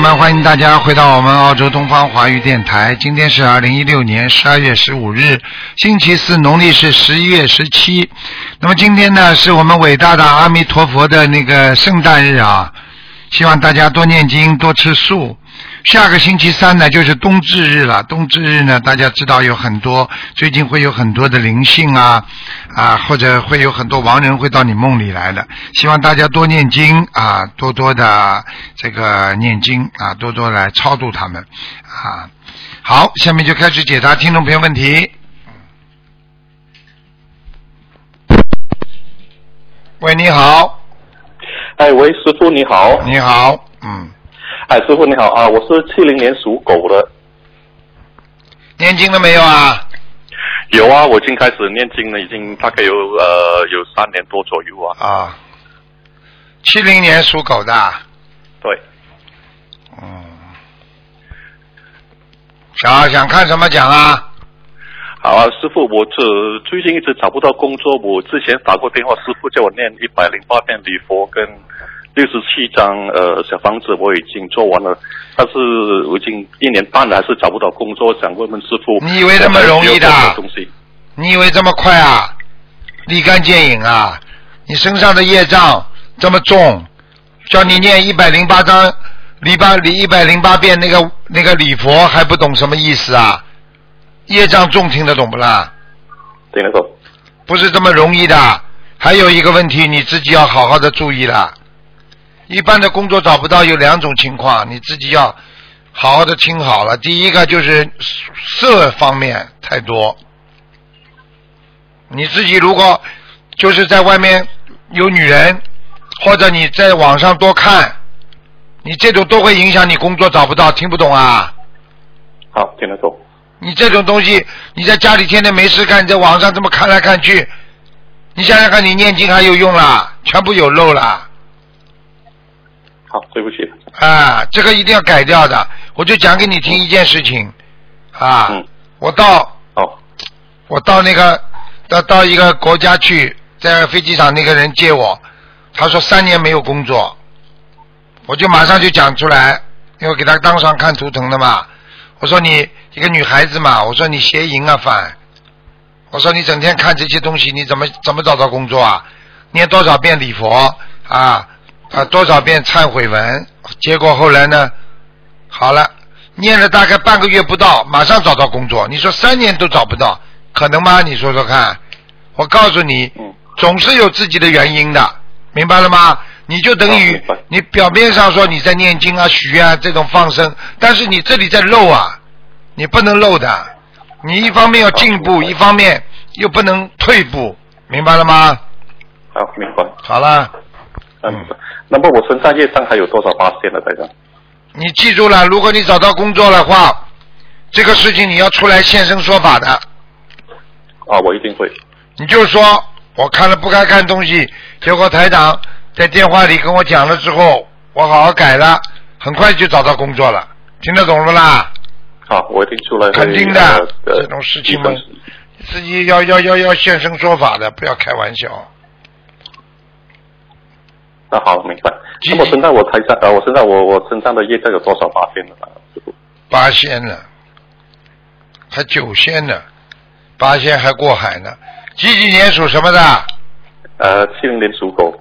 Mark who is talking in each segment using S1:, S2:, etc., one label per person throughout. S1: 们，欢迎大家回到我们澳洲东方华语电台。今天是二零一六年十二月十五日，星期四，农历是十一月十七。那么今天呢，是我们伟大的阿弥陀佛的那个圣诞日啊，希望大家多念经，多吃素。下个星期三呢，就是冬至日了。冬至日呢，大家知道有很多，最近会有很多的灵性啊，啊，或者会有很多亡人会到你梦里来的。希望大家多念经啊，多多的这个念经啊，多多来超度他们啊。好，下面就开始解答听众朋友问题。喂，你好，
S2: 哎，喂，师傅你好，
S1: 你好，嗯，
S2: 哎，师傅你好啊，我是七零年属狗的。
S1: 念经了没有啊？
S2: 有啊，我已经开始念经了，已经大概有呃有三年多左右啊。
S1: 啊，七零年属狗的啊，
S2: 对，
S1: 嗯，想想看什么讲啊？
S2: 好啊，师傅，我这最近一直找不到工作，我之前打过电话，师傅叫我念一百零八遍礼佛跟六十七张呃小房子，我已经做完了，但是我已经一年半了，还是找不到工作，想问问师傅，
S1: 你以为那么容易的
S2: 有没有东西？
S1: 你以为这么快啊？立竿见影啊！你身上的业障这么重，叫你念一百零八章，礼八礼一百零八遍那个那个礼佛还不懂什么意思啊？业障重听得懂不啦？
S2: 对那个，
S1: 不是这么容易的。还有一个问题，你自己要好好的注意了。一般的工作找不到有两种情况，你自己要好好的听好了。第一个就是色方面太多，你自己如果就是在外面有女人，或者你在网上多看，你这种都会影响你工作找不到，听不懂啊？
S2: 好，对那个，
S1: 你这种东西，你在家里天天没事干，你在网上这么看来看去，你想想看，你念经还有用啦，全部有漏啦，
S2: 好，对不起，
S1: 啊，这个一定要改掉的。我就讲给你听一件事情，啊，
S2: 嗯，
S1: 我到
S2: 好，
S1: 我到那个到到一个国家去，在飞机场那个人接我，他说三年没有工作，我就马上就讲出来，因为给他当场看图腾的嘛。我说你一个女孩子嘛，我说你邪淫啊犯，我说你整天看这些东西，你怎么怎么找到工作啊？念多少遍礼佛啊啊多少遍忏悔文？结果后来呢，好了，念了大概半个月不到，马上找到工作。你说三年都找不到，可能吗？你说说看。我告诉你，
S2: 嗯，
S1: 总是有自己的原因的，明白了吗？你就等
S2: 哦
S1: 于
S2: 明白
S1: 你表面上说你在念经啊、许愿啊这种放生，但是你这里在漏啊，你不能漏的。你一方面要进
S2: 哦
S1: 步，
S2: 明白
S1: 一方面又不能退步，明白了吗？
S2: 好，明白，
S1: 好了，
S2: 嗯，那么我身上业障还有多少八线呢？台长？
S1: 你记住了，如果你找到工作的话，这个事情你要出来现身说法的。
S2: 啊，我一定会，
S1: 你就说我看了不该看东西，结果台长在电话里跟我讲了之后，我好好改了，很快就找到工作了，听得懂了不啦？
S2: 好，啊我一定出来会，
S1: 肯定的
S2: 呃
S1: 这种事情嘛
S2: 提升
S1: 自己要要要要现身说法的，不要开玩笑。
S2: 那好，明白。
S1: 积极
S2: 那么身上我台上呃，我身上我我身上的业障有多少八千呢？师傅
S1: 八仙呢，还九仙呢，八仙还过海呢。几几年属什么的？
S2: 呃，七零年属狗，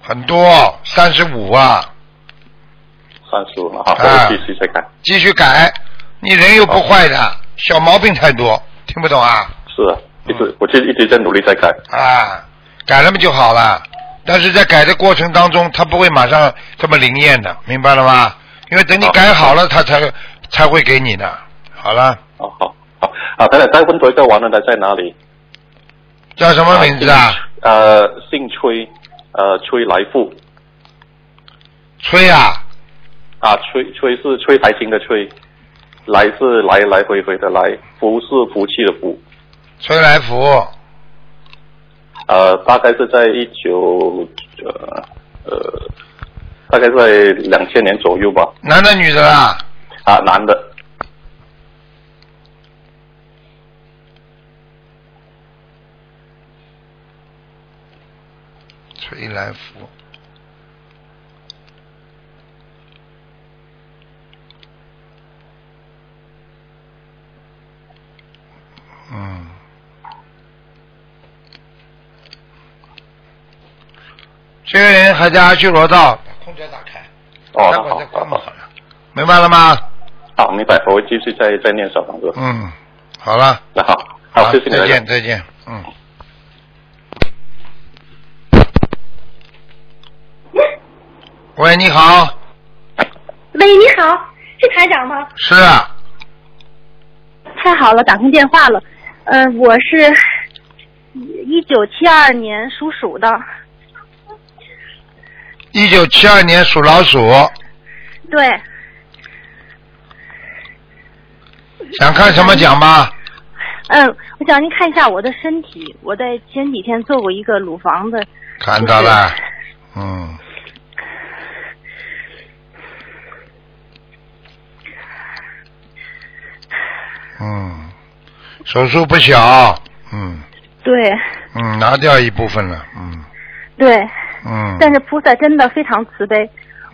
S1: 很多，三十五啊，
S2: 三十五了哈，
S1: 啊
S2: 我会继续再改。
S1: 继续改。你人又不坏的，小毛病太多，听不懂啊？
S2: 是啊，一直我就一直在努力在改。
S1: 啊，改了嘛就好了。但是在改的过程当中，它不会马上这么灵验的，明白了吗？因为等你
S2: 好
S1: 改好了，它才才会给你的。好了，
S2: 哦，好，好啊，等等，再问多一个完了的在哪里？
S1: 叫什么名字啊？
S2: 呃，姓崔，呃，崔来富
S1: 崔啊，
S2: 啊，崔崔是崔台青的崔，来是来来回回的来，福是福气的福。
S1: 崔来福，
S2: 呃，大概是在一九呃呃，大概是在两千年左右吧。
S1: 男的女的啦？
S2: 啊，男的，
S1: 崔来福，嗯这个人还在阿修罗道，把空调打开，
S2: 哦，
S1: 待
S2: 好
S1: 会儿再
S2: 好
S1: 关门好
S2: 好，
S1: 了，明白了吗？
S2: 好，明白，我会继续再再念小房子。
S1: 嗯，好了，
S2: 那好，好，谢谢你，
S1: 再
S2: 台长
S1: 见，再见，嗯。喂，你好，
S3: 喂，你好，是台长吗？
S1: 是啊
S3: 太好了，打通电话了。呃，我是一九七二年属鼠的，
S1: 一九七二年属老鼠，
S3: 对，
S1: 想看什么奖吗？
S3: 嗯，我想您看一下我的身体，我在前几天做过一个乳房的，
S1: 看到了，嗯，嗯，手术不小，嗯
S3: 对
S1: 嗯，拿掉一部分了，嗯
S3: 对，
S1: 嗯，
S3: 但是菩萨真的非常慈悲，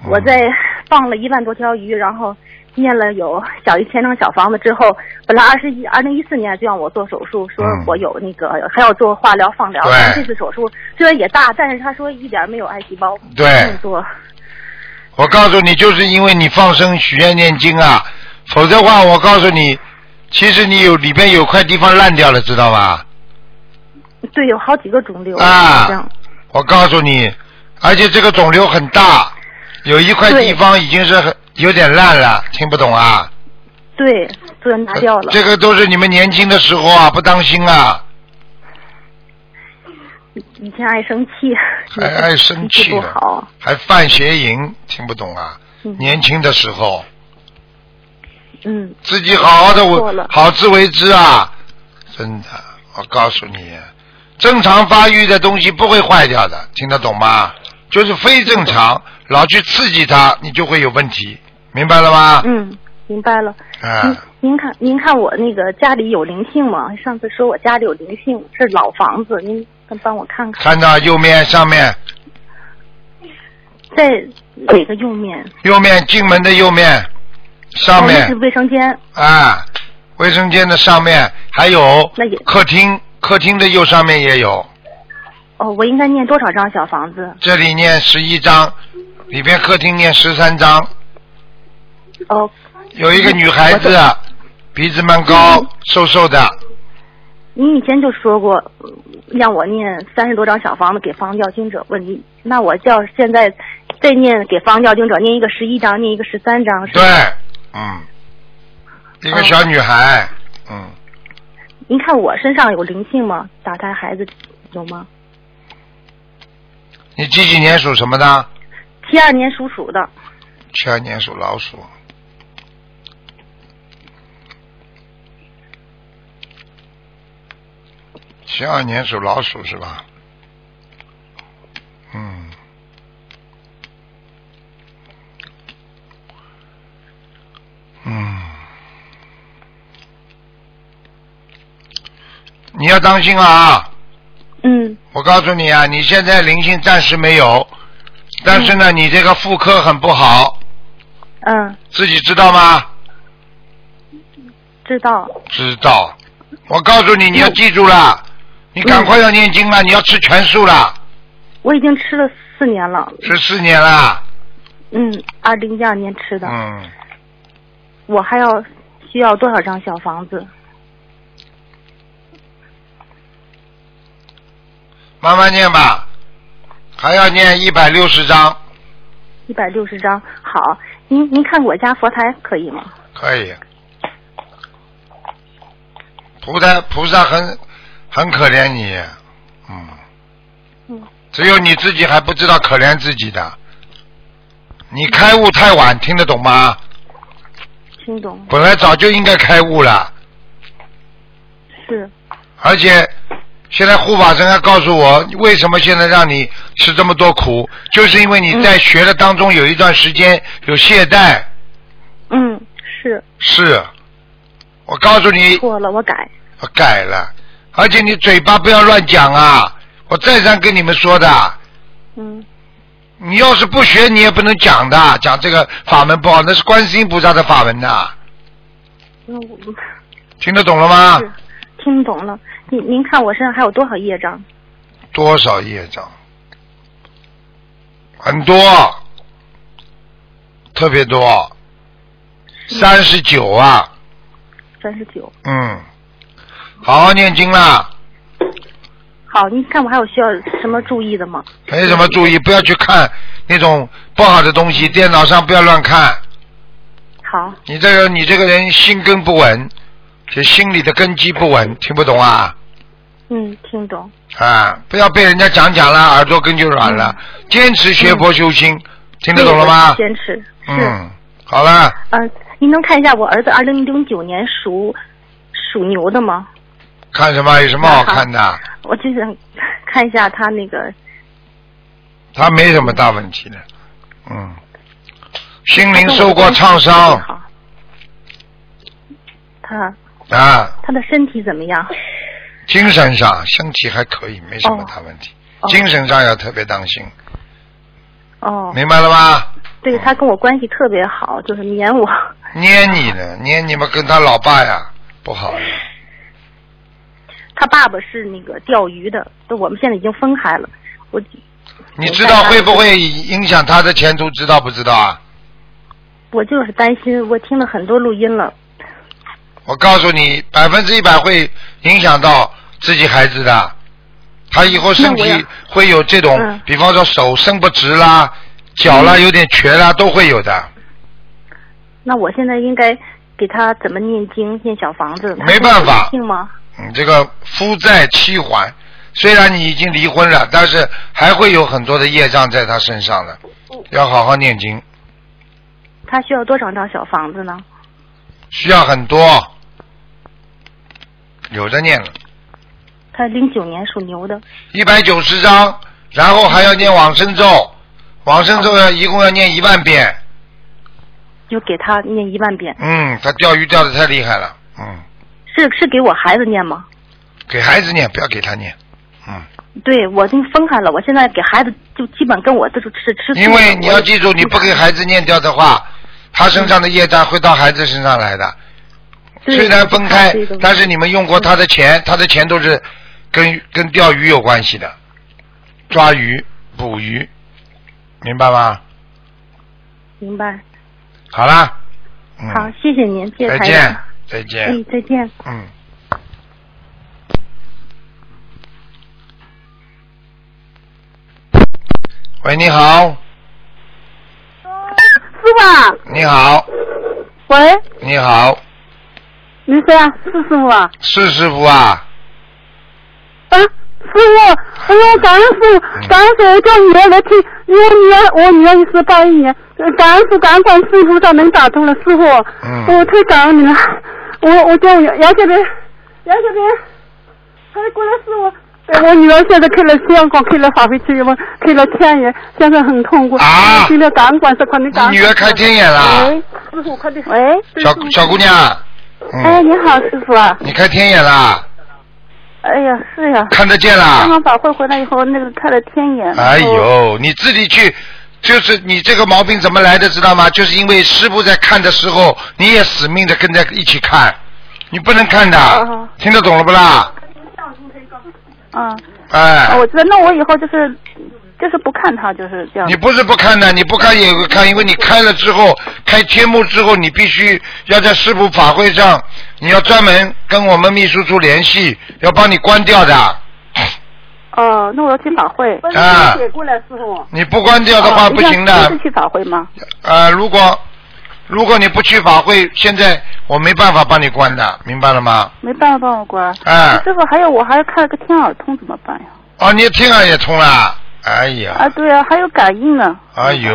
S1: 嗯
S3: 我在放了一万多条鱼，然后念了有小一千张小房子之后，本来二十一二零一四年就让我做手术，说
S1: 嗯
S3: 我有那个还要做化疗放疗，
S1: 对
S3: 但这次手术虽然也大，但是他说一点没有癌细胞，
S1: 对
S3: 没有做
S1: 我告诉你，就是因为你放生、许愿、念经啊，否则的话，我告诉你，其实你有里边有块地方烂掉了，知道吧？
S3: 对，有好几个肿瘤
S1: 啊
S3: 这样
S1: 我告诉你，而且这个肿瘤很大，有一块地方已经是很有点烂了，听不懂啊？
S3: 对，突然拿掉了，
S1: 呃这个都是你们年轻的时候啊，不当心啊，
S3: 以前爱生气，
S1: 还爱生
S3: 脾
S1: 气
S3: 气不
S1: 了
S3: 好，
S1: 还犯邪淫，听不懂啊？
S3: 嗯
S1: 年轻的时候，
S3: 嗯，
S1: 自己好好的
S3: 错
S1: 我
S3: 了
S1: 好自为之啊！真的，我告诉你，正常发育的东西不会坏掉的，听得懂吗？就是非正
S3: 嗯
S1: 常，老去刺激它，你就会有问题，明白了吗？
S3: 嗯，明白了。
S1: 啊
S3: 您，您看，您看我那个家里有灵性吗？上次说我家里有灵性，是老房子，您帮我看看，
S1: 看到右面上面，
S3: 在哪个右面？
S1: 右面进门的右面，嗯上
S3: 哦那是
S1: 面
S3: 卫生间，
S1: 啊，卫生间的上面，还有
S3: 那也
S1: 客厅，客厅的右上面也有。
S3: 哦，我应该念多少张小房子？
S1: 这里念十一章，里边客厅念十三章。
S3: 哦，
S1: 有一个女孩子，啊鼻子蛮高，瘦瘦的，
S3: 您以前就说过呃让我念三十多张小房子给方教经者问你，那我叫现在再念给方教经者念一个十一张，念一个十三张，是
S1: 对
S3: 吧？，
S1: 嗯，一个小女孩，嗯，
S3: 您看我身上有灵性吗？打胎孩子有吗？
S1: 你几几年属什么的？
S3: 七二年属鼠的，
S1: 七二年属老鼠。七二年属老鼠是吧？嗯。嗯。你要当心啊！
S3: 嗯，
S1: 我告诉你啊，你现在灵性暂时没有，但是呢，你这个妇科很不好，
S3: 嗯，
S1: 自己知道吗？
S3: 知道。
S1: 知道。我告诉你，你要记住了，你赶快要念经了，你要吃全素了，
S3: 我已经吃了四年了，
S1: 十四年了。
S3: 嗯，二零一二年吃的。
S1: 嗯，
S3: 我还要需要多少张小房子？
S1: 慢慢念吧，还要念一百六十章，
S3: 一百六十张。好，您您看我家佛台可以吗？
S1: 可以。菩萨菩萨很很可怜你，嗯，
S3: 嗯，
S1: 只有你自己还不知道可怜自己的，你开悟太晚，听得懂吗？
S3: 听懂
S1: 本来早就应该开悟了。
S3: 是
S1: 而且现在护法神还告诉我，为什么现在让你吃这么多苦，就是因为你在学的当中有一段时间有懈怠。
S3: 嗯是
S1: 是，我告诉你，
S3: 错了，我改
S1: 我改了，而且你嘴巴不要乱讲啊！我再三跟你们说的，
S3: 嗯
S1: 你要是不学，你也不能讲的，讲这个法门不好，那是观世音菩萨的法门呐、
S3: 那我
S1: 听得懂了吗？
S3: 是听懂了。您您看我身上还有多少业障？
S1: 多少业障？很多，特别多，三十九啊，
S3: 三十九。
S1: 嗯，好好念经啦，
S3: 好，你看我还有需要什么注意的吗？
S1: 没什么注意，不要去看那种不好的东西，电脑上不要乱看。
S3: 好，
S1: 你这个你这个人心根不稳，就心里的根基不稳，听不懂啊
S3: 嗯，听懂。
S1: 啊！不要被人家讲讲了，耳朵根就软了。坚持学佛修心，听得懂了吗？
S3: 坚持是。
S1: 嗯，好了，
S3: 嗯，您能看一下我儿子二零零九年属属牛的吗？
S1: 看什么？有什么好看的？
S3: 我就想看一下他那个
S1: 他没什么大问题的，嗯，心灵
S3: 他跟我
S1: 嗯受
S3: 的
S1: 过
S3: 关系
S1: 创
S3: 好
S1: 伤
S3: 不好。他
S1: 啊，
S3: 他的身体怎么样？
S1: 精神上身体还可以，没什么大问题，
S3: 哦
S1: 精神上要特别当心，
S3: 哦，
S1: 明白了吧？
S3: 对他跟我关系特别好，就是黏我。
S1: 捏你呢，捏你们跟他老爸呀，不好的，
S3: 他爸爸是那个钓鱼的，就我们现在已经分开了。我
S1: 你知道会不会影响他的前途？知道不知道啊？
S3: 我就是担心，我听了很多录音了。
S1: 我告诉你，百分之一百会影响到自己孩子的，他以后身
S3: 那我也
S1: 体会有这种，
S3: 嗯
S1: 比方说手伸不直啦，脚啦
S3: 嗯
S1: 有点瘸啦，都会有的。
S3: 那我现在应该给他怎么念经、念小房子？他
S1: 没办法
S3: 听吗？
S1: 你嗯这个夫债妻还，虽然你已经离婚了，但是还会有很多的业障在他身上的，要好好念经，
S3: 他需要多少张小房子呢？
S1: 需要很多，有的念了，
S3: 他零九年属牛的，
S1: 一百九十章，然后还要念往生咒，往生咒要一共要念一万遍，
S3: 就给他念一万遍。
S1: 嗯，他钓鱼钓的太厉害了，嗯，
S3: 是是给我孩子念吗？
S1: 给孩子念，不要给他念，嗯，
S3: 对，我已经分开了，我现在给孩子就基本跟我这是吃吃素的。
S1: 因为你要
S3: 我
S1: 记住，你不给孩子念掉的话，他身上的业障会到孩子身上来的。
S3: 对
S1: 虽然分开
S3: 对对，对
S1: 但是你们用过他的钱，他的钱都是跟跟钓鱼有关系的，抓鱼、捕鱼，明白吗？
S3: 明白。
S1: 好啦，嗯，
S3: 好，谢谢您，谢谢
S1: 再
S3: 台
S1: 见
S3: 长。，
S1: 再见，
S3: 嗯，再见。
S1: 嗯。喂，你好，
S4: 师傅啊，
S1: 你好，
S4: 喂，
S1: 你好，
S4: 您谁啊？是师傅啊？
S1: 是师傅啊？
S4: 啊，师傅，哎呦，感恩师
S1: 嗯
S4: 傅，感恩师傅，我叫女儿来听，因为女儿我女儿也是八一年，呃感恩师傅，感恩观世音菩萨能打通了，师傅，
S1: 嗯
S4: 我太感恩你了，我我叫杨杨小平，杨小平，快来过来，师傅。呃我女儿现在开了香港，开了法会去，我开了天眼，现在很痛苦。哎
S1: 啊
S4: 今天感恩观世，快点感恩。
S1: 你女儿开天眼了，
S5: 哎
S4: 喂，师傅，快点。
S5: 喂，
S1: 小小姑娘，
S5: 哎，
S1: 嗯，
S5: 你好，师傅。
S4: 啊
S1: 你开天眼啦，
S5: 哎呀，是呀，
S1: 看得见
S5: 刚
S1: 啦
S5: 刚。法会回来以后，那个看了天眼。
S1: 哎
S5: 然后，
S1: 呦，你自己去，就是你这个毛病怎么来的，知道吗？就是因为师傅在看的时候，你也死命的跟着一起看，你不能看的
S5: 哦，
S1: 听得懂了不啦？
S5: 嗯，
S1: 哎
S5: 我，知道，那我以后就是就是不看他，就是这样
S1: 你。不是不看的，你不看也会看，因为你开了之后，开天幕之后，你必须要在师傅法会上，你要专门跟我们秘书处联系，要帮你关掉的。
S5: 哦，那我要去法会。
S1: 啊，
S4: 过来，师傅。
S1: 你不关掉的话
S5: 哦
S1: 不行的。
S5: 一定要亲自去法会吗？
S1: 呃，如果如果你不去法会，现在我没办法帮你关的，明白了吗？
S5: 没办法帮我关。
S1: 哎、
S5: 师傅，还有我还看了个天耳通，怎么办呀？
S1: 哦，你听啊也通了，哎
S5: 啊，
S1: 呀，
S5: 对啊，还有感应呢，
S1: 哎呦，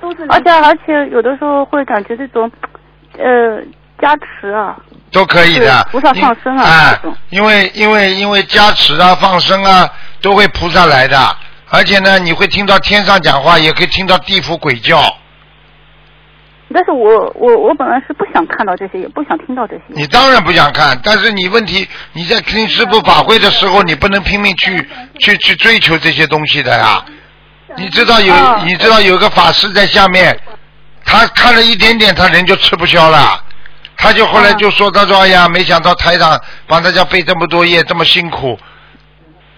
S4: 都是
S5: 而且而且有的时候会感觉这种，呃，加持啊，
S1: 都可以的，
S5: 对菩萨放生啊
S1: 哎
S5: 这种，
S1: 因为因为因为加持啊、放生啊，都会菩萨来的，而且呢，你会听到天上讲话，也可以听到地府鬼叫。
S5: 但是我我我本来是不想看到这些，也不想听到这些。
S1: 你当然不想看，但是你问题，你在听师傅法会的时候，你不能拼命去去去追求这些东西的呀。你知道有、
S5: 哦
S1: 你知道有个法师在下面，他看了一点点，他人就吃不消了。他就后来就说：“他说哎呀，没想到台长帮大家背这么多业，这么辛苦。”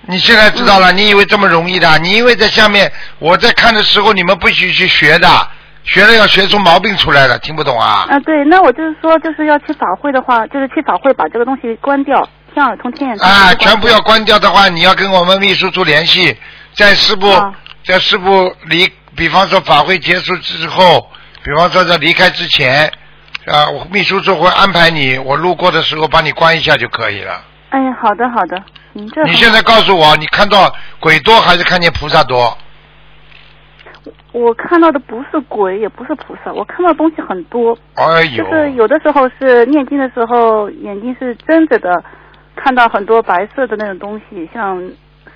S1: 你现在知道了，你以为这么容易的？你因为在下面我在看的时候，你们不许去学的，学了要学出毛病出来的，听不懂啊？
S5: 啊，对，那我就是说，就是要去法会的话，就是去法会把这个东西关掉，天耳通、天眼通
S1: 啊，
S5: 都关
S1: 全部要关掉的话，你要跟我们秘书处联系，在师傅、
S5: 啊
S1: 在师傅离，比方说法会结束之后，比方说在离开之前，啊，我秘书处会安排你，我路过的时候帮你关一下就可以了。
S5: 哎，好的好的，嗯，这
S1: 你现在告诉我，你看到鬼多还是看见菩萨多？
S5: 我看到的不是鬼，也不是菩萨，我看到的东西很多，
S1: 哎
S5: 就
S1: 呦，
S5: 是有的时候是念经的时候眼睛是睁着的，看到很多白色的那种东西，像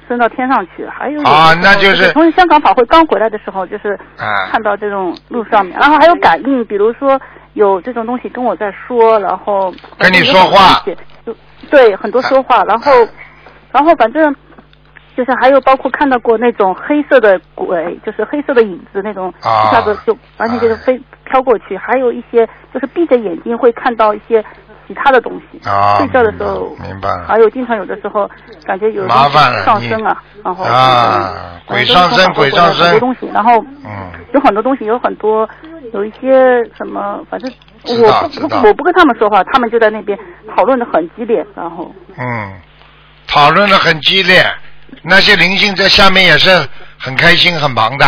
S5: 升到天上去，还有有的
S1: 啊
S5: 时候
S1: 那就
S5: 就是从香港法会刚回来的时候，就是
S1: 啊
S5: 看到这种路上面，然后还有感应，比如说有这种东西跟我在说，然后
S1: 跟你说话，
S5: 就对很多说话，然后然后反正。就是还有包括看到过那种黑色的鬼，就是黑色的影子那种，
S1: 啊
S5: 一下子就完全就是飞飘过去。还有一些就是闭着眼睛会看到一些其他的东西。
S1: 啊
S5: 睡觉的时候
S1: 明白明白了
S5: 还有经常有的时候感觉有东西
S1: 啊麻烦了
S5: 上
S1: 你
S5: 升啊，然后
S1: 啊
S5: 嗯
S1: 鬼上身
S5: 然后
S1: 鬼上身
S5: 很多东西，然后
S1: 嗯，
S5: 有很多东西，有很多有一些什么，反正
S1: 知道
S5: 我
S1: 知
S5: 不
S1: 道
S5: 不我不跟他们说话，他们就在那边讨论的很激烈，然后
S1: 嗯，讨论的很激烈，那些灵性在下面也是很开心、很忙的。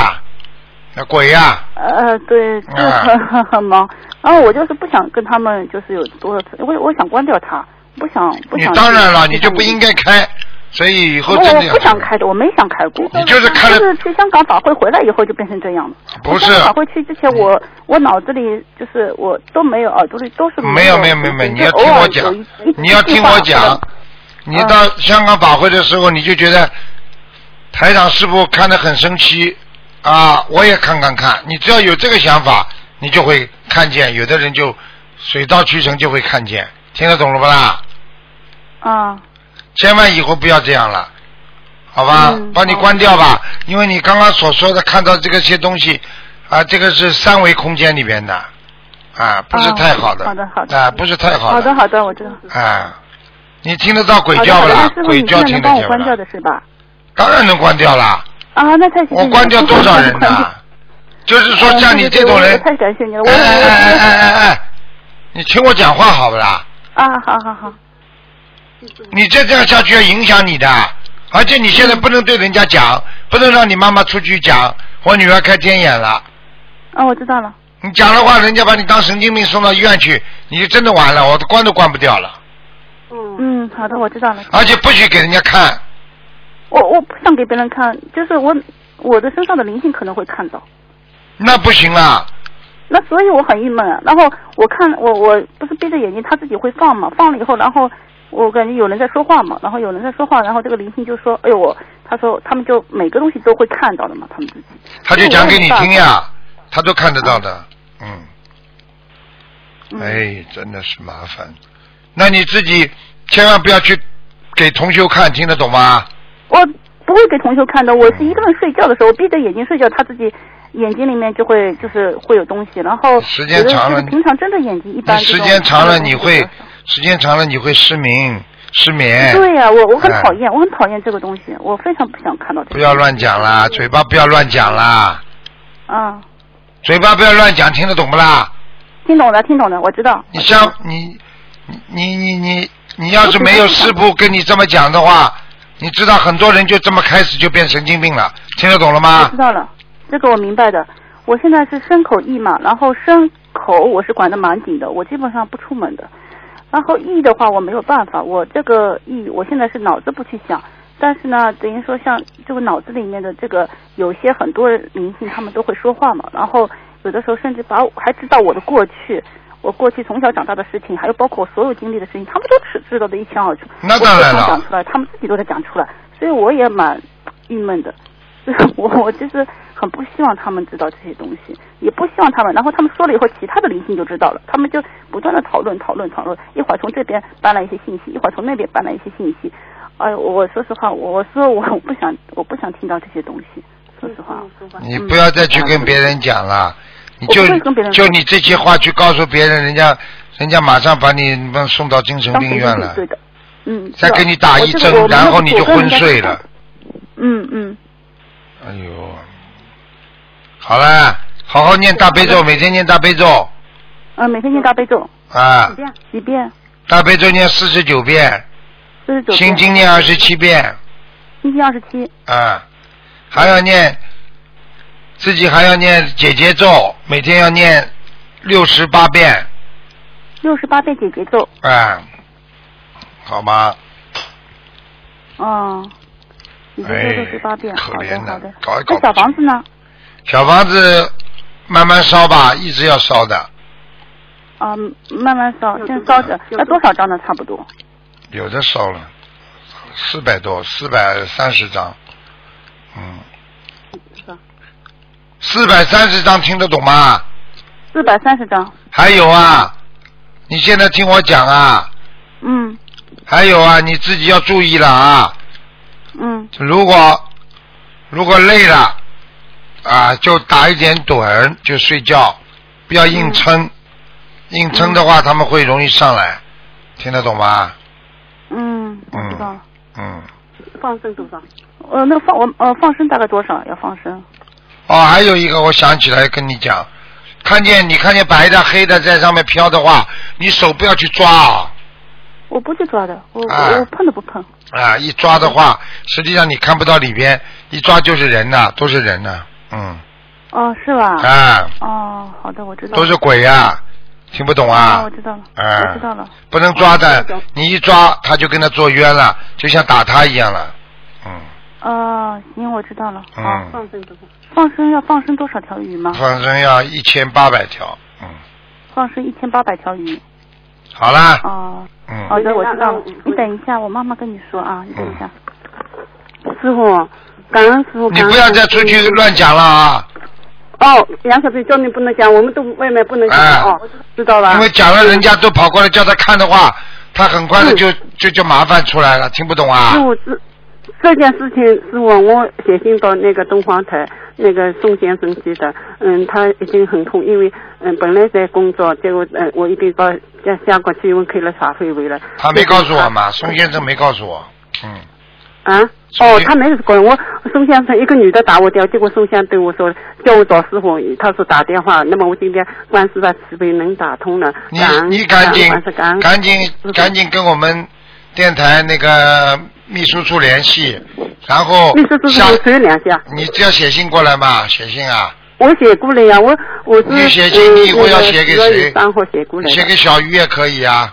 S1: 那鬼啊呀、
S5: 呃，对，这
S1: 啊
S5: 很很很忙。然后我就是不想跟他们就是有多少次，我我想关掉他，不想不
S1: 你
S5: 想。
S1: 当然了，你就不应
S5: 该。
S1: 该开，所以以后
S5: 我
S1: 哦真的
S5: 我
S1: 要
S5: 不想开的，我没想开过。
S1: 你就是看了
S5: 就是去香港法会回来以后就变成这样了。
S1: 不是嗯
S5: 我香港法会去之前我，我脑子里就是我都没有，耳朵里都是
S1: 没有
S5: 有
S1: 没
S5: 没
S1: 有没有没有，你
S5: 就
S1: 要
S5: 偶
S1: 听
S5: 尔
S1: 我
S5: 有
S1: 讲
S5: 一一，
S1: 你要
S5: 一句
S1: 听
S5: 话
S1: 我讲
S5: 或者。
S1: 你到
S5: 嗯
S1: 香港法会的时候，你就觉得台长师傅看得很生气啊，我也看看看。你只要有这个想法，你就会看见，有的人就水到渠成就会看见，听得懂了不啦？
S5: 啊
S1: 千万以后不要这样了，好吧？
S5: 嗯
S1: 帮你关掉吧，因为你刚刚所说的看到这个些东西啊，这个是三维空间里边的啊，不是
S5: 哦
S1: 太好的，
S5: 好的好的
S1: 啊，不是太好
S5: 好的好的，我知道。
S1: 啊，你听得到鬼
S5: 好的
S1: 叫
S5: 好
S1: 不
S5: 的，那
S1: 啦
S5: 师？傅，
S1: 鬼
S5: 你
S1: 叫听
S5: 现在能
S1: 得
S5: 帮我
S1: 见不
S5: 关掉
S1: 啦？
S5: 的是吧？
S1: 当然能关掉啦，
S5: 啊，那太谢谢你
S1: 我
S5: 了
S1: 关掉多少人
S5: 关掉
S1: 呐？就是说像你这种
S5: 嗯哎对对对
S1: 人，
S5: 我太感谢你了我
S1: 哎哎哎哎哎哎，你听我讲话好不啦？
S5: 啊，好好好，
S1: 你再这样下去要影响你的，而且你现
S5: 嗯
S1: 在不能对人家讲，不能让你妈妈出去讲，我女儿开天眼了。
S5: 啊，我知道了。
S1: 你讲的话，人家把你当神经病送到医院去，你就真的完了，我都关都关不掉了。
S5: 嗯，好的，我知道了。
S1: 而且不许给人家看，
S5: 我我不想给别人看，就是我我的身上的灵性可能会看到，
S1: 那不行啊！
S5: 那所以我很郁闷啊。然后我看我我不是闭着眼睛，它自己会放嘛，放了以后，然后我感觉有人在说话嘛，然后有人在说话，然后这个灵性就说，哎呦我，他说他们就每个东西都会看到的嘛，他们自己。
S1: 他就讲给你听呀，他都看得到的，嗯。
S5: 嗯、。
S1: 哎，真的是麻烦。那你自己千万不要去给同修看，听得懂吗？
S5: 我不会给同学看的，我是一个人睡觉的时候，我闭着眼睛睡觉，他自己眼睛里面就会就是会有东西，然后
S1: 时间长了
S5: 有的就是平常睁着眼睛一般
S1: 你
S5: 这
S1: 时
S5: 种。
S1: 间长了你会，时间长了你会失明、失眠。
S5: 对呀、我我很
S1: 哎
S5: 讨厌，我很讨厌这个东西，我非常不想看到这个。
S1: 不要乱讲啦，嘴巴不要乱讲啦，
S5: 啊！
S1: 嘴巴不要乱讲，听得懂不啦？
S5: 听懂了，听懂了，我知道。
S1: 你像你，你你你你要是没有师傅跟你这么讲的话，你知道很多人就这么开始就变神经病了，听得懂了
S5: 我
S1: 吗
S5: 知？道了，这个我明白的。我现在是身口意嘛，然后身口我是管得蛮紧的，我基本上不出门的。然后意的话我没有办法，我这个意我现在是脑子不去想，但是呢，等于说像这个脑子里面的这个有些很多灵性他们都会说话嘛，然后有的时候甚至把我还知道我的过去。我过去从小长大的事情，还有包括我所有经历的事情，他们都知知道的一清二楚。
S1: 那当然了
S5: 我不想讲出来，他们自己都在讲出来，所以我也蛮郁闷的。就是我我就是很不希望他们知道这些东西，也不希望他们。然后他们说了以后，其他的灵性就知道了，他们就不断的讨论讨论讨论，一会儿从这边搬来一些信息，一会儿从那边搬来一些信息。哎，我说实话，我我说我我不想我不想听到这些东西，说实话。
S4: 嗯
S1: 你不要再去跟别人讲了，你就
S5: 我不会跟别人
S1: 就
S5: 说
S1: 你这些话去告诉别人，人家人家马上把你们送到精神
S5: 当
S1: 病
S5: 神
S1: 院
S5: 经病
S1: 了。
S5: 对的，嗯，
S1: 再
S5: 是
S1: 给你打
S5: 我
S1: 一
S5: 这个
S1: 针
S5: 我，没
S1: 然
S5: 有
S1: 后你就
S5: 我跟
S1: 昏
S5: 人家
S1: 睡了。
S5: 嗯嗯，
S1: 哎呦，好了，好好念大悲咒，每天念大悲咒
S5: 嗯，每天念大悲咒
S1: 啊，
S5: 几遍？
S1: 大悲咒念四十九遍，
S5: 四十九遍。
S1: 心经念二十七遍
S5: 心经二十七，
S1: 啊，还要念自己还要念姐姐咒，每天要念六十八遍
S5: 六十八遍解结咒。
S1: 啊，好吗？
S5: 哦，解结咒六十八遍。
S1: 哎可
S5: 好的
S1: 怜的
S5: 好的。
S1: 搞也搞
S5: 那
S1: 不
S5: 小房
S1: 清
S5: 子呢？
S1: 小房子慢慢烧吧，一直要烧的。
S5: 啊、慢慢烧，先烧着。那多少张呢？差不多。
S1: 有的烧了，四百多，四百三十张，嗯，四百三十张听得懂吗？
S5: 四百三十张。
S1: 还有啊，你现在听我讲啊，
S5: 嗯
S1: 还有啊，你自己要注意了啊，
S5: 嗯
S1: 如果如果累了啊，就打一点盹就睡觉，不要硬撑，硬撑的话他们会容易上来，听得懂吗？
S5: 嗯，我知道了。
S1: 嗯。
S4: 放生多少？
S5: 呃，那放我呃放生大概多少？要放生？
S1: 哦，还有一个，我想起来跟你讲，看见你看见白的、黑的在上面飘的话，你手不要去抓啊、
S5: 我不去抓的，我、
S1: 啊
S5: 我我碰都不碰。
S1: 啊！一抓的话，实际上你看不到里边，一抓就是人呐、都是人呐、嗯，
S5: 哦，是吧？
S1: 啊，
S5: 哦，好的，我知道了。
S1: 都是鬼呀、听不懂
S5: 哦
S1: 啊
S5: 我？知道了，
S1: 啊
S5: 我知道了。哦
S1: 不能抓的，你一抓他就跟他做冤了，就像打他一样了，嗯
S5: 哦，行，我知道了。好，
S1: 嗯，
S4: 生多少？
S5: 放生要放生多少条鱼吗？
S1: 反正要一千八百条，嗯，
S5: 放生一千八百条鱼。
S1: 好啦，
S5: 哦，
S1: 嗯，
S5: 好的，我知道了
S4: 那那。
S5: 你等一下，我妈妈跟你说啊，你等一下。
S4: 师傅，感恩师傅。
S1: 你不要再出去乱讲了啊！
S4: 哦，杨小贝叫你不能讲，我们都外面不能讲、
S1: 哎
S4: 哦，知道了。
S1: 因为讲
S5: 嗯
S1: 了，人家都跑过来叫他看的话，他很快的就就就麻烦出来了，听不懂啊
S4: 师？
S5: 嗯
S4: 傅这这件事情是我我写信到那个东方台那个宋先生去的，嗯，他已经很痛，因为嗯本来在工作，结果嗯我一边到在下国去，因为开了茶会回来。
S1: 他没告诉我嘛，宋先生没告诉我，嗯，
S4: 啊？
S1: 宋
S4: 哦
S1: 先，
S4: 他没有管我。宋先生一个女的打我电话，结果宋先生对我说叫我找师傅，他说打电话。那么我今天观世大慈悲能打通了，
S1: 你
S4: 感恩
S1: 你赶紧
S4: 感恩感恩
S1: 赶紧
S4: 傅
S1: 赶紧跟我们电台那个秘书处联系，然后
S4: 律师叔
S1: 下
S4: 叔只有两下，
S1: 你只要写信过来嘛，写信啊，
S4: 我写过了呀，我我是嗯
S1: 你写信你以后要写给谁
S4: 呃12月三号写过来
S1: 你写
S4: 的。
S1: 给小鱼也可以啊，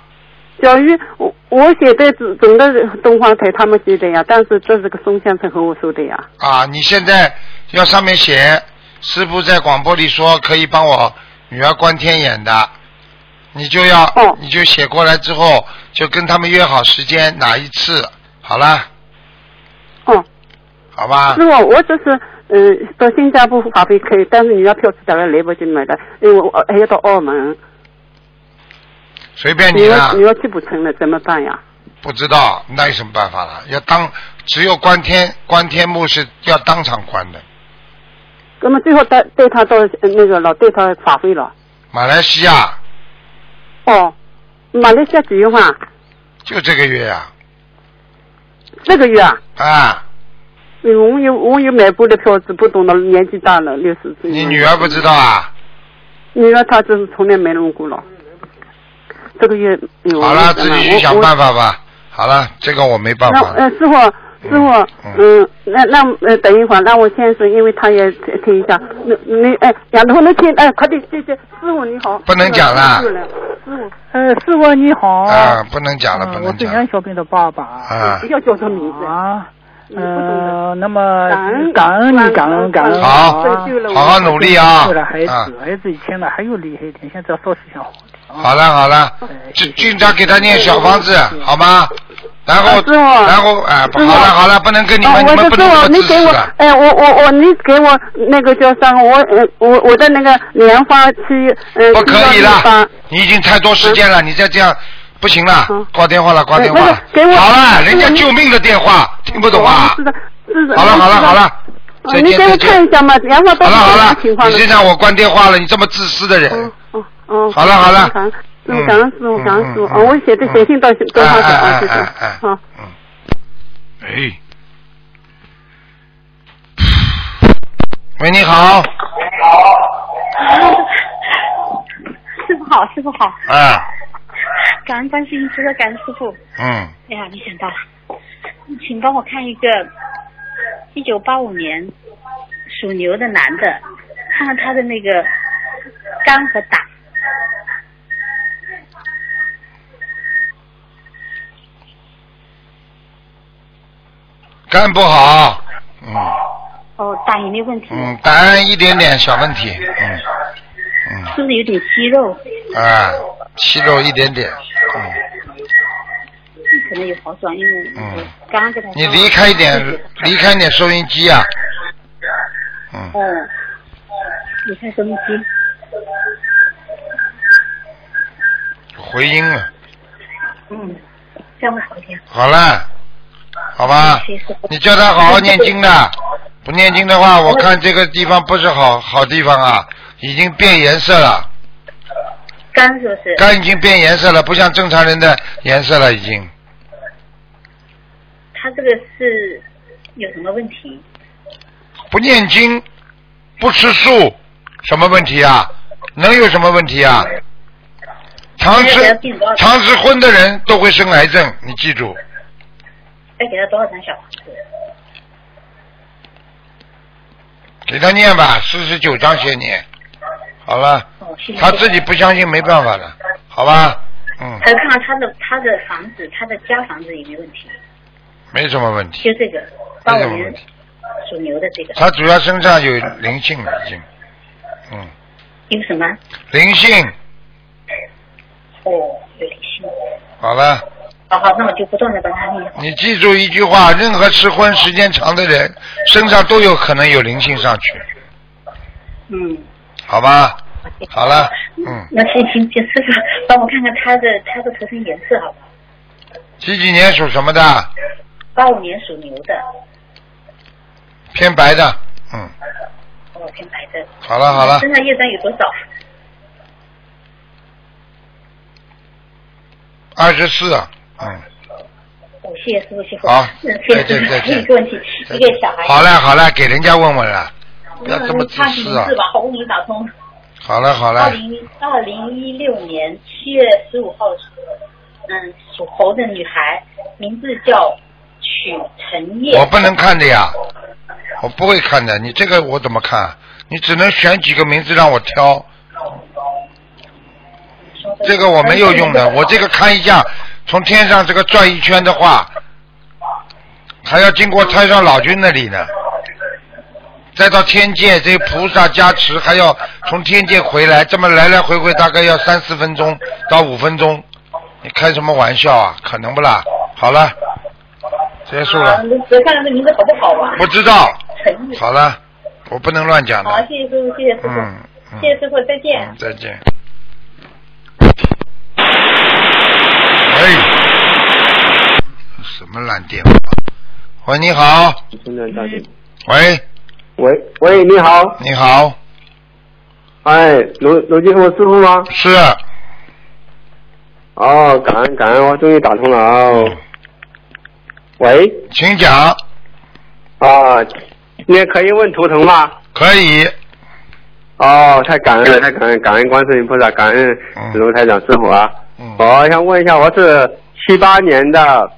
S4: 小玉，我我写的总总的东方台他们写的呀，但是这是个宋先生和我说的呀。
S1: 啊，你现在要上面写，师傅在广播里说可以帮我女儿关天眼的，你就要、
S4: 哦
S1: 你就写过来之后，就跟他们约好时间哪一次，好啦，
S4: 哦，
S1: 好吧
S4: 师？傅，我这是嗯、到新加坡华北可以，但是你要票子大概来不及买的，因为我我还要到澳门，
S1: 随便
S4: 你
S1: 你啊
S4: 要
S1: 啦
S4: 你，要去不成了怎么办呀？
S1: 不知道那有什么办法啦？要当只有关天关天幕是要当场关的，
S4: 那么最后带带他到呃那个老带他法会了。
S1: 马来西亚
S4: 哦，马来西亚几月份啊？
S1: 就这个月呀、
S4: 这个月啊？
S1: 啊，
S4: 哎呦我有我有买过的票子，不懂的，年纪大了，六十岁。
S1: 你女儿不知道啊？
S4: 你说他就是从来没弄过了。这个月有
S1: 好了，自己去想办法吧。好了，这个我没办
S4: 那
S1: 法。
S4: 呃，师傅，师傅，
S1: 嗯
S4: 嗯，那那呃，等一会儿，让我先生，因为他也听听一下。那那哎，杨头，那听哎，快点，谢谢师傅你好。
S1: 不能讲了
S4: 师傅，
S6: 呃，师傅你好，
S1: 啊，不能讲了，
S6: 嗯
S1: 不
S6: 我
S1: 能
S6: 是
S1: 讲
S6: 杨
S1: 了
S6: 小兵的爸爸
S1: 啊
S4: 不。要叫他名字。
S6: 啊，
S4: 你不懂
S6: 呃，那么
S4: 感恩
S6: 感恩你，感恩感恩，
S4: 哦
S1: 好
S6: 啊
S1: 好好努力啊
S6: 为了孩
S1: 啊
S6: 子，孩子以前呢还有厉害一点，现在稍事想好点啊。
S1: 好了好了，
S6: 哎
S1: 就
S6: 谢谢
S1: 经常给他念小房子，好吗？然
S4: 啊
S1: 后
S4: 师，傅
S1: 然后，哎，不
S4: 师傅
S1: 好了好了，不能跟你
S4: 啊，
S1: 们，
S4: 我
S1: 你们不
S4: 就是
S1: 能
S4: 我，
S1: 这么
S4: 你
S1: 自
S4: 给
S1: 私啊
S4: 我
S1: 的，。
S4: 哎，我我我，你给我那个叫啥？我呃，我我的那个莲花去，呃，
S1: 不可以
S4: 地
S1: 了
S4: 方，
S1: 你已经太多时间了，你再这样不行了
S4: 嗯，
S1: 挂电话了，挂电话了
S4: 哎那个给。我
S1: 好了，
S4: 师傅
S1: 人家
S4: 你
S1: 救命的电话，听不懂啊
S4: 是？的，是的。
S1: 好了好了
S4: 是的
S1: 好了，
S4: 啊
S1: 再
S4: 你
S1: 见
S4: 给
S1: 再
S4: 我看
S1: 见
S4: 一。下嘛，然后到
S1: 好
S4: 底
S1: 了好
S4: 什么
S1: 了
S4: 情，况
S1: 你
S4: 呢？
S1: 这让我关电话了，你这么自私的人
S4: 哦，哦，
S1: 好了好了
S4: 嗯师傅，感恩师傅，
S1: 嗯
S4: 感恩师傅。
S1: 嗯
S4: 哦，我写的写信到东方台啊，谢谢
S1: 哎哎哎哎。
S4: 好，
S1: 哎。喂，你好，
S3: 师傅好，师傅好，
S1: 啊，
S3: 感恩观世音菩萨，感恩师傅。
S1: 嗯，
S3: 哎呀，没想到，请帮我看一个一九八五年属牛的男的，看看他的那个肝和胆。
S1: 肝不好，嗯
S3: 哦，胆也没问题，
S1: 嗯，胆一点点小问题，嗯
S3: 是不是有点息肉？
S1: 嗯，啊，息肉一点点，嗯，
S3: 可能有好转，因为
S1: 嗯
S3: 我刚刚给他。
S1: 你离开一点，离开一点收音机啊，嗯
S3: 哦，离开收音机。
S1: 回音了，
S3: 嗯，这样会好一点。
S1: 好了，好吧，
S3: 谢谢师傅
S1: 啊你叫他好好念经的，不念经的话，我看这个地方不是好好地方啊，已经变颜色了，
S3: 肝是不是？
S1: 肝已经变颜色了，不像正常人的颜色了，已经
S3: 他这个是有什么问题？
S1: 不念经，不吃素，什么问题啊？能有什么问题啊？常
S3: 那要
S1: 吃
S3: 给他定多少
S1: 常吃荤的人都会生癌症，你记住，
S3: 要给他多少张小房子？
S1: 给他念吧，四十九章先念，好了，
S3: 哦，谢谢
S1: 他自己不相信没办法了，好吧，嗯，
S3: 还有看看他的他的房子，他的家房子有没有问题？
S1: 没什么问题。
S3: 就这个八
S1: 没
S3: 五
S1: 什么问
S3: 年
S1: 题
S3: 属牛的这个
S1: 他主要身上有灵性了，已经，嗯，
S3: 有什么？
S1: 灵性，
S3: 哦，有灵性。
S1: 好了，
S3: 好好，那我就不断的帮他念。
S1: 你记住一句话：任何吃荤时间长的人，身上都有可能有灵性上去，
S3: 嗯，
S1: 好吧？好了，嗯，
S3: 那行行行，师傅帮我看看他的他的图腾颜色好不好？
S1: 几几年属什么的？
S3: 八五年属牛的，
S1: 偏白的，嗯，
S3: 哦，偏白的。
S1: 好了好了，
S3: 身上业障有多少？
S1: 二十四，嗯，
S3: 哦，谢谢师傅，谢谢。
S1: 好
S3: 嗯谢谢
S1: 再见再
S3: 师傅。还有
S1: 见
S3: 一个问题，一个小孩。
S1: 好嘞好嘞，给人家问问了，
S3: 嗯，
S1: 不要这么自
S3: 看
S1: 私
S3: 名
S1: 啊
S3: 字！吧，好不容易打通。
S1: 好了好
S3: 二
S1: 了，
S3: 零二零一六年七月十五号，嗯，属猴的女孩，名字叫曲晨叶。
S1: 我不能看的呀，我不会看的，你这个我怎么看？你只能选几个名字让我挑。
S3: 稍微
S1: 这个我没有用
S3: 嗯
S1: 的，
S3: 啊
S1: 我这个看一下，从天上这个转一圈的话，还要经过太上老君那里呢，再到天界，这菩萨加持，还要从天界回来，这么来来回回大概要三四分钟到五分钟，你开什么玩笑啊？可能不啦？好了，结束
S3: 啊
S1: 了，，
S3: 我看看这名字好不好啊？
S1: 不知道，
S3: 晨叶。
S1: 好了，我不能乱讲
S3: 好，
S1: 的，
S3: 谢谢师傅，谢谢师傅，
S1: 嗯，嗯
S3: 谢谢师傅，再见。
S1: 嗯，再见。喂，哎什么烂电话？喂，你好，
S7: 真的大姐。
S1: 喂，
S7: 喂喂，你好，
S1: 你好，
S7: 哎，卢卢金红师傅吗？
S1: 是，
S7: 哦，感恩感恩，我终于打通了哦。喂，
S1: 请讲，
S7: 啊，你可以问图腾吗？
S1: 可以，
S7: 哦，太感恩了，太感恩，感恩观世音菩萨，感恩
S1: 嗯
S7: 卢台长师傅啊。
S1: 嗯，
S7: 我想问一下，我是七八年的，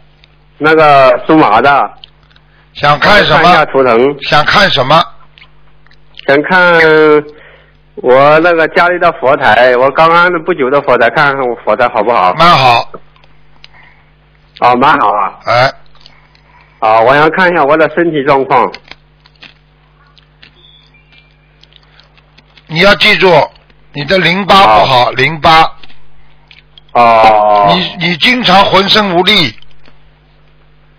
S7: 那个属马的，
S1: 想看什
S7: 我看一下
S1: 么？
S7: 图腾，
S1: 想看什么？
S7: 想看我那个家里的佛台，我刚刚不久的佛台，看看我佛台好不好？
S1: 蛮好，
S7: 哦，蛮好啊。
S1: 哎，
S7: 啊，我想看一下我的身体状况。
S1: 你要记住，你的淋巴不好，淋巴，
S7: 哦，
S1: 你你经常浑身无力，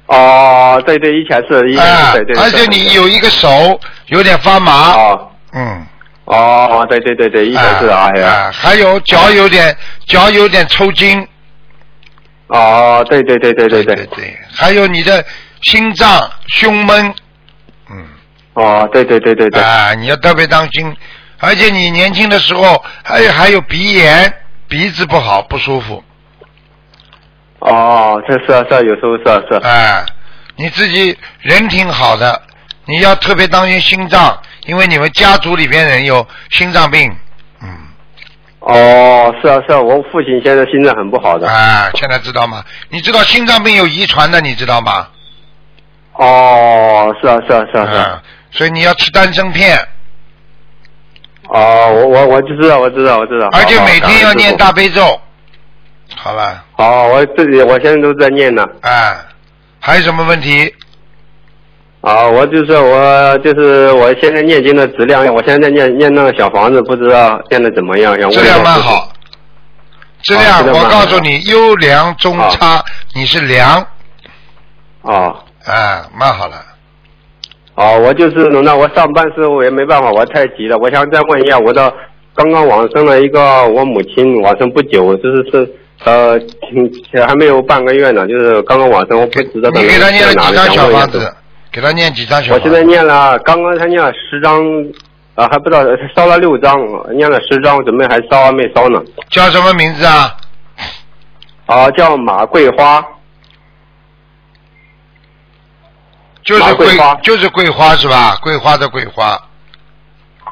S7: 哦，对对，以前是，以前
S1: 哎
S7: 是，对对，，
S1: 而且你有一个手有点发麻，
S7: 哦
S1: 嗯。
S7: 哦，对对对对，以前是，哎呀，
S1: 啊，还有脚有点脚有点抽筋，
S7: 哦，对对对对对
S1: 对
S7: 对，
S1: 对，还有你的心脏胸闷，嗯，啊
S7: 哦，对对对对对，
S1: 哎啊，你要特别当心，而且你年轻的时候还有还有鼻炎，鼻子不好，不舒服，
S7: 哦，这是啊是啊，有时候是啊是啊。
S1: 哎，你自己人挺好的，你要特别当心心脏，因为你们家族里边人有心脏病，嗯
S7: 哦，是啊是啊，我父亲现在心脏很不好的。
S1: 哎，现在知道吗？你知道心脏病有遗传的，你知道吗？
S7: 哦，是啊是啊是啊是啊。
S1: 所以你要吃丹参片，
S7: 哦，我我我知道我知道我知道。哦
S1: 而且
S7: 好
S1: 每天要念。
S7: 好
S1: 大悲咒。好了，
S7: 感恩师傅哦，我自己我现在都在念呢。
S1: 哎，还有什么问题？
S7: 啊，我就是我就是我现在念经的质量，我现在念念那个小房子，不知道念的怎么样，想问
S1: 质
S7: 一下
S1: 量蛮
S7: 师傅
S1: 好，质量
S7: 质量
S1: 我
S7: 蛮
S1: 告
S7: 好啊
S1: 诉你，优良中差，你是良，
S7: 哦
S1: 哎，蛮好了。
S7: 哦，我就是那我上班时候我也没办法，我太急了。我想再问一下，我的刚刚往生了一个我母亲，往生不久，就是是呃，挺还没有半个月呢，就是刚刚往生，我不知道
S1: 你给他念了
S7: 哪
S1: 几
S7: 里，
S1: 张
S7: 想
S1: 小
S7: 问一下
S1: 房子？给他念几张小
S7: 我
S1: 房
S7: 现
S1: 子？
S7: 在念了，刚刚才念了十张，啊、还不知道烧了六张，念了十张，准备还烧啊还没烧呢。
S1: 叫什么名字啊？
S7: 啊、叫马桂花，
S1: 就是
S7: 马桂
S1: 桂
S7: 花，
S1: 就是桂花是吧？桂花的桂花，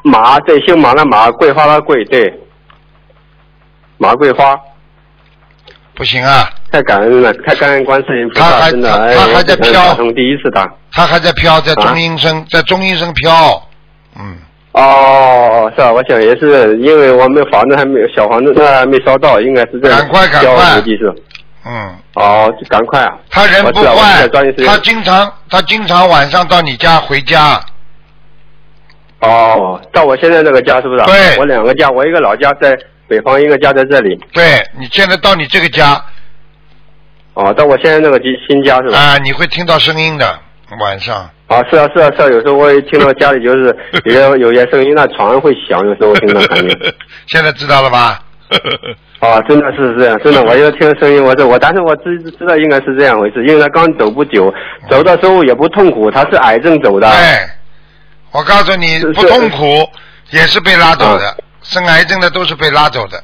S7: 马对，姓马的马，桂花的桂，对，马桂花。
S1: 不行啊，
S7: 太感恩了，太感恩观世音菩
S1: 他
S7: 萨，
S1: 还
S7: 真的，
S1: 他
S7: 哎，
S1: 他
S7: 我
S1: 还在
S7: 真的
S1: 飘
S7: 打通第一次打。
S1: 他还在飘，在
S7: 啊
S1: 中阴身，在中阴身飘。嗯
S7: 哦，是啊，我想也是，因为我们房子还没有小房子，那还没烧到，应该是在
S1: 赶快赶
S7: 交
S1: 快
S7: 估计是。
S1: 嗯，
S7: 哦，就赶快啊！
S1: 他人
S7: 我
S1: 不
S7: 知道我现
S1: 坏
S7: 在抓紧时，间
S1: 他经常他经常晚上到你家回家，
S7: 哦，到我现在这个家是不是啊？
S1: 对
S7: 我两个家，我一个老家在北方，一个家在这里。
S1: 对你现在到你这个家
S7: 哦，到我现在那个新新家是吧？
S1: 啊，你会听到声音的，晚上。
S7: 啊，是啊，是啊，是啊，有时候我也听到家里就是有些有些声音，那床会响，有时候我听到感觉。
S1: 现在知道了吧？
S7: 啊，真的是这样，真的，我就听声音，我这我，但是我知知道应该是这样回事，因为他刚走不久，走的时候也不痛苦，他是癌症走的。
S1: 哎，我告诉你，
S7: 是啊
S1: 不痛苦也是被拉走的，生癌症的都是被拉走的。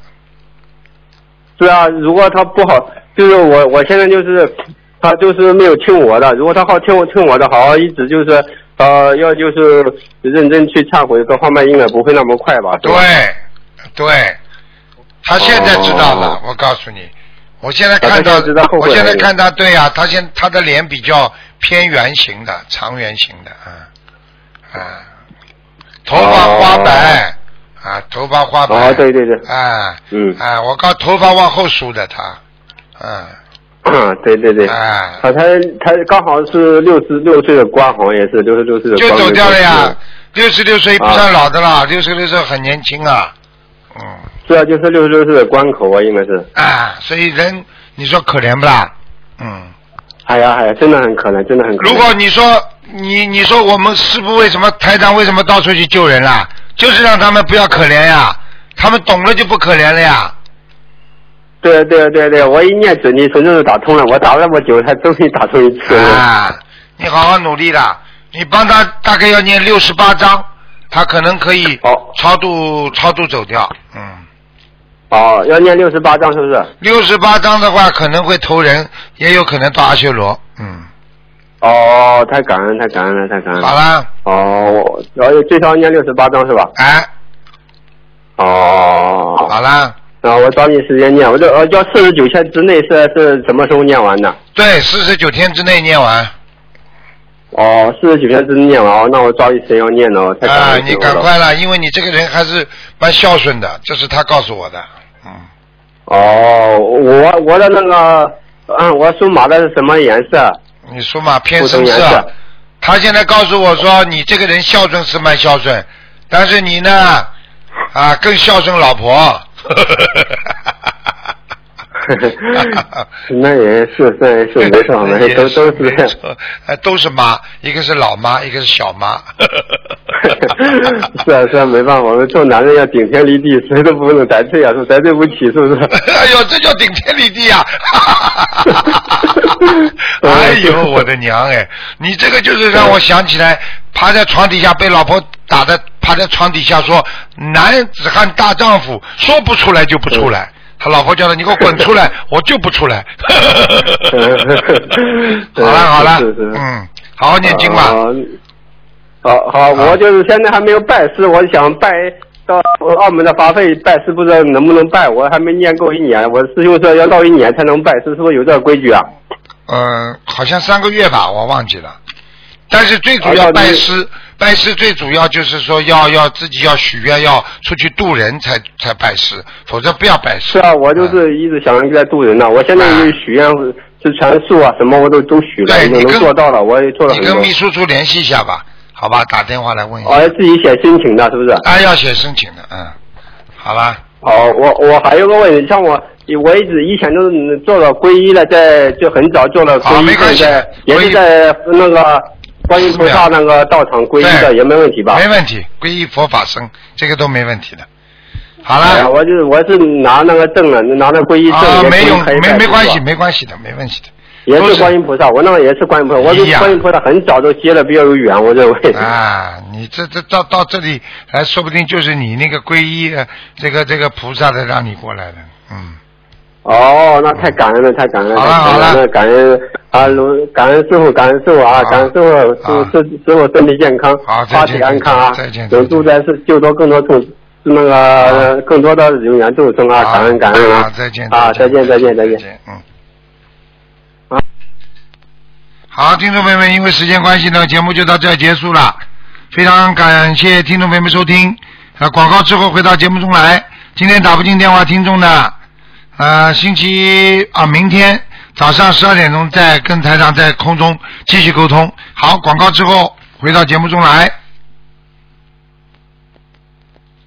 S7: 对啊，如果他不好，就是我我现在就是他就是没有听我的，如果他好听我听我的，好好一直就是呃要就是认真去忏悔各方面，应该不会那么快吧？是
S1: 对
S7: 吧，
S1: 对，他现在知道了
S7: 哦，
S1: 我告诉你，我现在
S7: 他
S1: 看到
S7: 现在知道，后悔
S1: 我现在
S7: 了
S1: 看他，对呀、他现他的脸比较偏圆形的，长圆形的啊啊，头发
S7: 哦
S1: 花白、啊，头发花白，
S7: 哦，对对对，
S1: 啊
S7: 嗯，
S1: 啊，我靠，头发往后梳的他，嗯
S7: 对对对。
S1: 啊，
S7: 啊，他他刚好是六十六岁的官，好像也是六十六岁的官。
S1: 就走掉了呀。六十六岁不算
S7: 啊
S1: 老的啦，六十六岁很年轻啊，嗯
S7: 对啊，就是六十六岁的关口啊，应该是。
S1: 啊，所以人你说可怜不啦？嗯。
S7: 哎呀哎呀，真的很可怜，真的很可怜。
S1: 如果你说你你说我们师傅为什么台长为什么到处去救人啦、就是让他们不要可怜呀，他们懂了就不可怜了呀。
S7: 对对对对，我一念准提神咒就打通了，我打了那么久才终于打通一次。
S1: 啊，你好好努力啦，你帮他大概要念六十八章，他可能可以
S7: 哦
S1: 超度超度走掉。嗯，
S7: 哦，要念六十八章是不是？
S1: 六十八章的话可能会投人，也有可能到阿修罗。嗯，
S7: 哦，太感恩太感恩了太感恩
S1: 好
S7: 了。
S1: 啦，
S7: 哦，我然后最少念六十八章是吧？
S1: 哎，
S7: 哦，
S1: 好啦，
S7: 然后我抓紧时间念，我这呃要四十九天之内是是什么时候念完的？
S1: 对，四十九天之内念完。
S7: 哦，四十九天之内念完，哦，那我抓紧时间要念了，太感
S1: 啊、
S7: 恩
S1: 你
S7: 师傅
S1: 赶
S7: 了。
S1: 快了，因为你这个人还是蛮孝顺的，这是他告诉我的。嗯，
S7: 哦，我我的那个，嗯，我属马的是什么颜色？
S1: 你属马偏
S7: 不同
S1: 深
S7: 颜
S1: 色
S7: 色。。
S1: 他现在告诉我说，你这个人孝顺是蛮孝顺，但是你呢，啊，更孝顺老 婆。
S7: 那也是，那也是没错， 没事，都都是这样。
S1: 样，哎都是妈，一个是老妈，一个是小 妈。
S7: 是啊，是啊，没办法，我们做男人要顶天立地，谁都不能得罪啊，是得罪不起，是不是？
S1: 哎呦，这叫顶天立地 啊！哎呦，我的娘哎！你这个就是让我想起来，趴在床底下被老婆打的，趴在床底下说“男子汉大丈夫”，说不出来就不出来，他老婆叫他你给我滚出 来，我就不出来。 好了好了，
S7: 是是是
S1: 嗯，好好念经吧。
S7: 啊好好，我就是现在还没有拜师，我想拜到澳门的法会拜师，不知道能不能拜，我还没念够一年。我师兄说要到一年才能拜师，是不是有这个规矩啊？
S1: 嗯，好像三个月吧，我忘记了。但是最主要
S7: 啊那
S1: 拜
S7: 你
S1: 师，拜师最主要就是说要要自己要许愿，要出去度人才才拜师，否则不要拜师。
S7: 是啊，我就是一直想着在渡人呢、我现在就是许愿是全素啊，什么我都都许了，
S1: 对
S7: 都
S1: 你
S7: 能
S1: 跟
S7: 做到了，我也做了
S1: 你
S7: 很
S1: 跟
S7: 多
S1: 秘。书处联系一下吧，好吧？打电话来问一下。
S7: 哦，要自己写申请的，是不是？
S1: 啊，要写申请的，嗯，好啦，
S7: 哦，我我还有个问题，像我我一直以前都是做了皈依了，在就很早做了
S1: 好
S7: 皈
S1: 没
S7: 依，
S1: 关系
S7: 现在也
S1: 皈依
S7: 是在那个观音菩萨那个道场皈依的，
S1: 对
S7: 也没问题吧？
S1: 没问题，皈依佛法僧，这个都没问题的。好
S7: 哎呀
S1: 啦，
S7: 我就是我是拿那个证了，拿那皈依证
S1: 啊，
S7: 也可以
S1: 没用
S7: 开，始
S1: 没没
S7: 吧
S1: 关系，没关系的，没问题的。
S7: 也
S1: 都是
S7: 是观音菩萨，我那个也是观音菩萨，我
S1: 一
S7: 跟
S1: 样
S7: 观音菩萨很早都接了比较有缘，我认为。
S1: 啊，你这这到到这里来，说不定就是你那个皈依呃这个这个菩萨的让你过来的，嗯，
S7: 哦，那太感恩了，太感恩了，
S1: 好了
S7: 太
S1: 好
S7: 感恩
S1: 了
S7: 了，感恩啊，卢感恩师傅，感恩师傅啊，
S1: 好
S7: 感恩师傅，
S1: 啊
S7: 师师师傅身体健康，
S1: 好再
S7: 法
S1: 见
S7: 体安康啊
S1: 再见，再见
S7: 能助在是救多更多众那个呃更多的有缘众生啊，
S1: 好
S7: 感恩感恩
S1: 啊
S7: 啊，，
S1: 再见，
S7: 啊，再见再见再见。，
S1: 嗯。
S7: 啊
S1: 好，听众朋友们，因为时间关系呢，节目就到这儿结束了。非常感谢听众朋友们收听。啊，广告之后回到节目中来。今天打不进电话，听众呢，呃，星期啊，明天早上十二点钟再跟台长在空中继续沟通。好，广告之后回到节目中来。